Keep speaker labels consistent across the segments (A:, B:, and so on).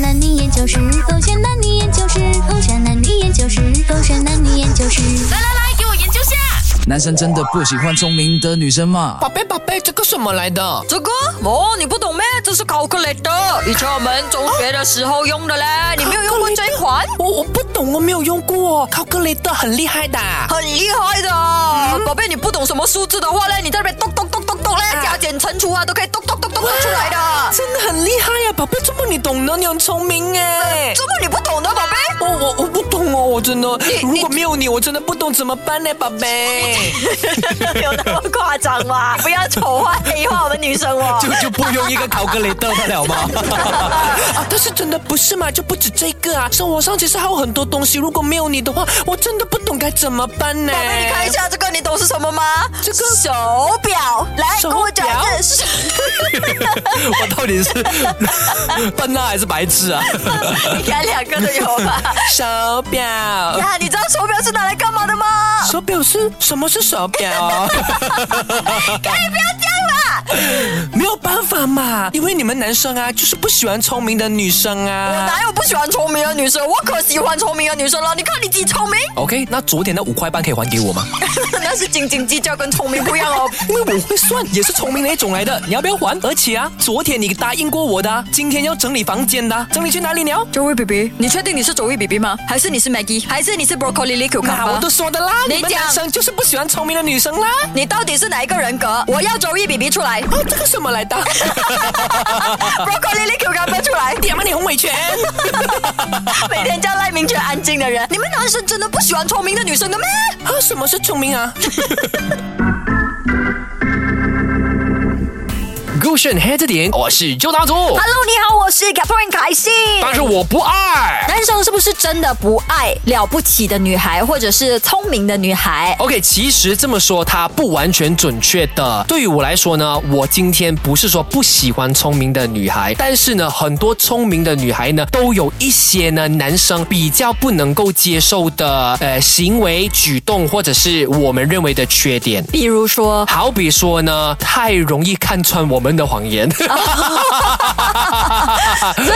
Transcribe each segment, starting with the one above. A: 男女研究室，狗血男女研究室，狗血男女研究室，狗血男女研究室。
B: 来来来，给我研究下。
C: 男生真的不喜欢聪明的女生吗？
D: 宝贝宝贝，这个什么来的？
E: 这个哦，你不懂咩？这是考克雷的，以前我们中学的时候用的嘞。你没有用过这一款？
D: 我我不懂，我没有用过。考克雷的很厉害的。
E: 很厉害的，宝贝，你不懂什么数字的话嘞，你在那边咚咚咚咚咚嘞，加减乘除啊，都可以咚咚咚咚咚出来的。
D: 真的很厉害呀、宝贝，这么你懂呢？你很聪明哎。
E: 这么你不懂的，宝贝？
D: 我我我不懂哦，我真的，
E: 你
D: 如果没有你，我真的不懂怎么办呢，宝贝。
E: 有那么夸张吗？不要丑化黑化我们女生哦。
D: 就就不用一个考格雷得不了吗？啊，但是真的不是嘛，就不止这个啊，生活上其实还有很多东西，如果没有你的话，我真的不懂该怎么办呢。
E: 宝贝，你看一下这个，你懂是什么吗？
D: 这个
E: 手表，来
D: 手
E: 跟我讲
D: 表
E: 一次。
D: 我到底是 笨啊还是白痴啊？
E: 你看两个都有 吧？
D: 手表，
E: 呀，你知道手表是拿来干嘛的吗？
D: 手表是什么是手 表？没有办法嘛，因为你们男生啊，就是不喜欢聪明的女生
E: 我
D: 啊。
E: 哪有不喜欢聪明的女生？我可喜欢聪明的女生了。你看你几聪明，
D: OK，那昨天的五块半可以还给我吗？
E: 那是斤斤计较，跟聪明不一样哦。
D: 因为我会算，也是聪明的一种来的。你要不要还？而且啊，昨天你答应过我的、啊，今天要整理房间的啊、整理去哪里了？
E: 周位 BB，你确定你是周位 BB 吗？还是你是 Maggie？还是你是 Broccoli 李 Q
D: 那
E: 卡？
D: 我都说的啦，
E: 你
D: 你们男
E: 讲
D: 生就是不喜欢聪明的女生啦。
E: 你到底是哪一个人格？我要周易 BB 出 来
D: 哦，这个什么来的？
E: ，Broccoli 李 Q 卡出来，
D: 点嘛你红尾拳。
E: 每天叫赖明全安静的人。你们男生真的不喜欢聪明的女生的咩？
D: 啊，什么是聪明 啊？
F: 勾选黑着点，我是周大猪，
E: Hello，你好，我是 Catherine 凯欣。
F: 但是我不爱。
E: 男生是不是真的不爱了不起的女孩，或者是聪明的女孩？
F: OK，其实这么说它不完全准确的。对于我来说呢，我今天不是说不喜欢聪明的女孩，但是呢，很多聪明的女孩呢，都有一些呢男生比较不能够接受的呃行为举动，或者是我们认为的缺点。
E: 比如说，
F: 好比说呢，太容易看穿我们的谎 言。
E: 所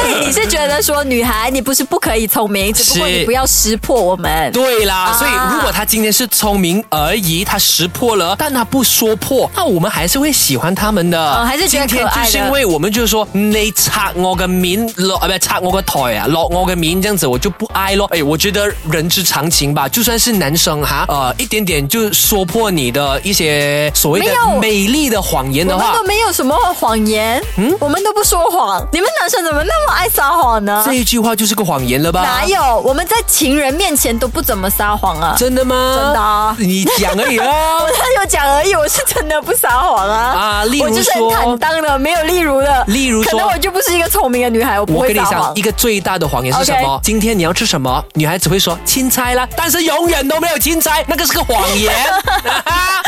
E: 以你是觉得说，女孩你不是不可以聪明，只不过
F: 是
E: 你不要识破我们。
F: 对啦，
E: 啊
F: 所以如果他今天是聪明而已，他识破了，但他不说破，那我们还是会喜欢他们的，
E: 嗯还是觉得
F: 今天
E: 可爱的
F: 就是因为我们就是说你擦我个面落，啊不擦我个台啊，落我个面这样子，我就不爱咯。哎，我觉得人之常情吧，就算是男生哈，呃，一点点就说破你的一些所谓
E: 没有
F: 的美丽的谎言
E: 我
F: 的
E: 们
F: 话
E: 都。没有什么谎言，嗯，我们都不说谎。你们男生怎么那么爱撒谎呢
F: 这？一句话就是个啊谎言了吧？
E: 啊哪有？我们在情人面前都不怎么撒谎啊。
F: 真的吗？
E: 真的啊
F: 你讲而已 啊。
E: 我他有讲而已，我是真的不撒谎啊。
F: 啊例如
E: 我就是很
F: 说
E: 坦荡的，没有例如的。
F: 例如说
E: 可能我就不是一个聪明的女孩，我不
F: 我
E: 会
F: 跟你
E: 撒
F: 讲
E: 谎，
F: 一。个最大的谎言是什么
E: OK
F: 今天你要吃什么？女孩子会说青菜啦，但是永远都没有青菜，那个是个谎 言。 啊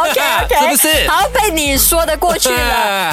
E: OK OK，
F: 是不是？
E: 好，被你说的过去 了。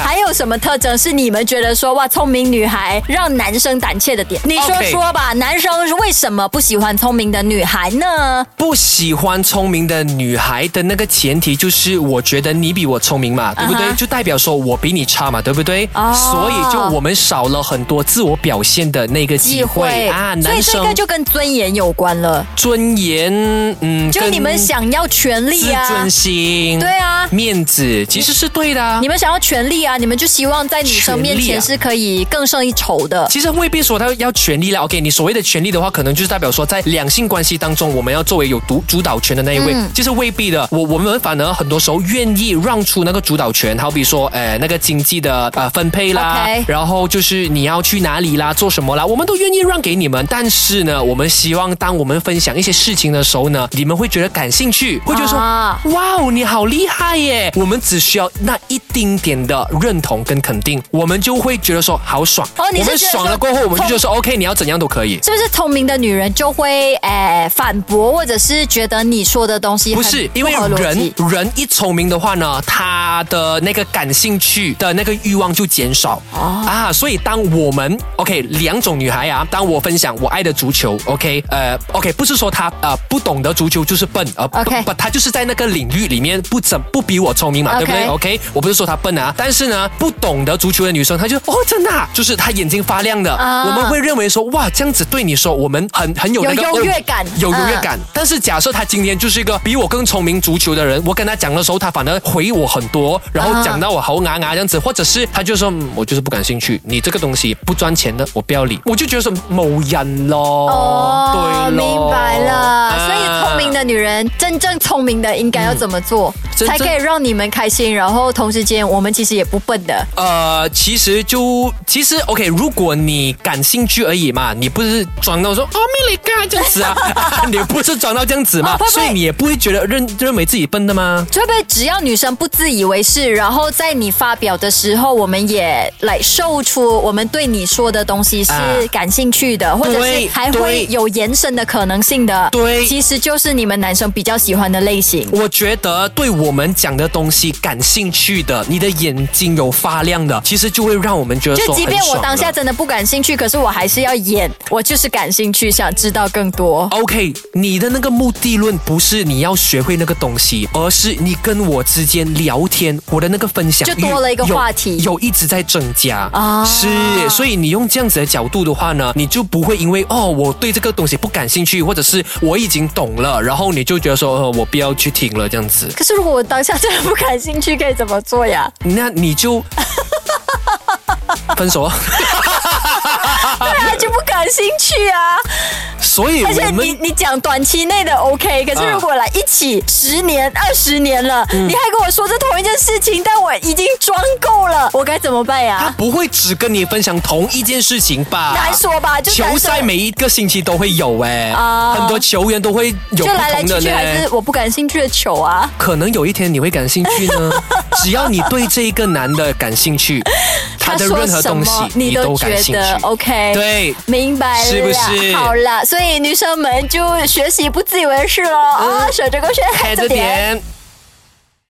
E: 还有什么特征是你们觉得说哇，聪明女孩让男生胆怯的点？你说
F: OK
E: 说吧男生为什么不喜欢聪明的女孩呢？
F: 不喜欢聪明的女孩的那个前提就是，我觉得你比我聪明嘛，对不对
E: 嗯哼
F: 就代表说我比你差嘛，对不对
E: 哦
F: 所以就我们少了很多自我表现的那个机会啊。
E: 所
F: 男
E: 以这
F: 生
E: 个就跟尊严有关了，
F: 尊严，嗯，
E: 就
F: 跟
E: 你们想要权
F: 自
E: 利啊，
F: 尊心，
E: 对啊
F: 面子其实是对的啊。
E: 你们想要权利啊，你们就希望在女生面
F: 权利
E: 前
F: 啊
E: 是可以更胜一筹的。
F: 其实未必说他要权利啦。OK，你所谓的权利的话，可能就是代表说在两性关系当中，我们要作为有独主导权的那一
E: 嗯
F: 位，其实未必的。我我们反而很多时候愿意让出那个主导权，好比说，呃，那个经济的呃分配啦
E: OK
F: 然后就是你要去哪里啦，做什么啦，我们都愿意让给你们。但是呢，我们希望当我们分享一些事情的时候呢，你们会觉得感兴趣，会觉得说，
E: 啊
F: 哇哦，你好厉害耶！我们只需要那一丁点的认同跟肯定，我们就会觉得说好爽。
E: 哦你是
F: 我们
E: 觉得
F: 爽了
E: 说
F: 过后，我们就觉得说 OK，你要怎样都可以。
E: 是不是聪明的女人就会诶、呃反驳，或者是觉得你说的东西
F: 不
E: 很
F: 是因为
E: 不合逻
F: 人
E: 辑
F: 人一聪明的话呢，他的那个感兴趣的那个欲望就减少、
E: 哦
F: 啊，所以当我们 OK 两种女孩啊，当我分享我爱的足球，OK 呃 OK 不是说她呃不懂得足球就是笨呃
E: OK
F: 不不她就是在那个领域里面不怎不比我聪明嘛
E: OK
F: 对不对？OK 我不是说她笨啊，但是呢不懂得足球的女生她就哦真的啊、就是她也眼睛发亮的，
E: 啊
F: 我们会认为说哇，这样子对你说我们很很有那个
E: 有优越感嗯
F: 有优越感。但是假设他今天就是一个比我更聪明足球的人，我跟他讲的时候，他反而回我很多，然后
E: 啊
F: 讲到我喉牙牙这样子，或者是他就说、嗯我就是不感兴趣，你这个东西不赚钱的，我不要理，我就觉得说某人咯，
E: 哦，
F: 对咯
E: 明白了。所以
F: 啊
E: 聪明的女人，真正聪明的应该要怎么做，
F: 嗯真
E: 才
F: 正
E: 可以让你们开心？然后同时间，我们其实也不笨的。
F: 呃，其实就其实 OK，如果你感兴趣而已嘛，你不是装到说哦米里嘎这样子啊， 你不是装到这样子嘛，
E: 哦会不会
F: 所以你也不会觉得认认为自己笨的吗？
E: 会不会只要女生不自以为是，然后在你发表的时候，我们也来售出我们对你说的东西是
F: 啊
E: 感兴趣的，或者是
F: 对
E: 还会
F: 对
E: 有延伸的可能性的？
F: 对
E: 其实就是你们男生比较喜欢的类型。
F: 我觉得对我们讲的东西感兴趣的，你的眼睛有发亮的，其实就会让我们觉得
E: 就
F: 说
E: 即便
F: 很
E: 我
F: 爽啊
E: 当下
F: 了
E: 真的不感兴趣，可是我还是要演，我就是感兴趣，想知道更多。
F: OK，你的那个目的论不是你要学会那个东西，而是你跟我之间聊天，我的那个分享
E: 就
F: 欲
E: 多了一个
F: 有
E: 话题
F: 有一直在增加
E: 啊
F: 是，所以你用这样子的角度的话呢，你就不会因为哦我对这个东西不感兴趣，或者是我已经懂了，然后你就觉得说、呃、我不要去听了这样子，
E: 可是如果我当下真的不感兴趣，可以怎么做呀？
F: 那你 就分手啊。
E: 对啊，就不感兴趣啊。
F: 所以
E: 而且
F: 哎我们
E: 你你讲短期内的 OK，可是
F: 啊
E: 如果来一起十年、二十年了，
F: 嗯
E: 你还跟我说这同一件事情，但我已经装够了，我该怎么办
F: 他
E: 呀？
F: 不会只跟你分享同一件事情吧？
E: 难说吧，就
F: 啊球
E: 男生
F: 赛每一个星期都会有哎、
E: 啊
F: 很多球员都会有
E: 就
F: 不
E: 来来
F: 同
E: 去
F: 的
E: 去还
F: 呢
E: 是。我不感兴趣的球啊。
F: 可能有一天你会感兴趣 呢，只要你对这一个男的感兴趣，他的
E: 说
F: 任何
E: 什
F: 东西
E: 么
F: 你
E: 你
F: 都
E: 都
F: 感
E: 觉
F: 兴
E: 得
F: 趣。
E: OK，，
F: 对，
E: 明白了，
F: 是不是
E: 好啦，所以女生们就学习不自以为是喽啊，守着个学
F: 开
E: 孩
F: 着
E: 子点。
F: 点。